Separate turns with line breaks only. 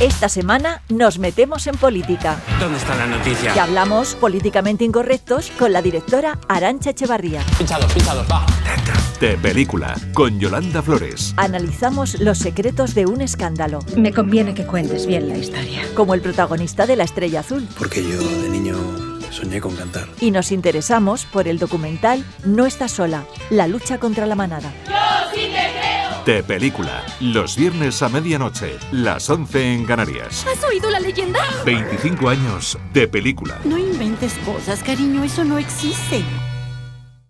Esta semana nos metemos en política
¿Dónde está la noticia?
y hablamos políticamente incorrectos con la directora Arancha Echevarría.
Pinchados, pinchados, va.
De película con Yolanda Flores.
Analizamos los secretos de un escándalo,
Me conviene que cuentes bien la historia.
como el protagonista de La Estrella Azul,
Porque yo de niño soñé con cantar.
y nos interesamos por el documental No está sola, la lucha contra la manada.
De película. Los viernes a medianoche, las 11 en Canarias.
¿Has oído la leyenda?
25 años de película.
No inventes cosas, cariño, eso no existe.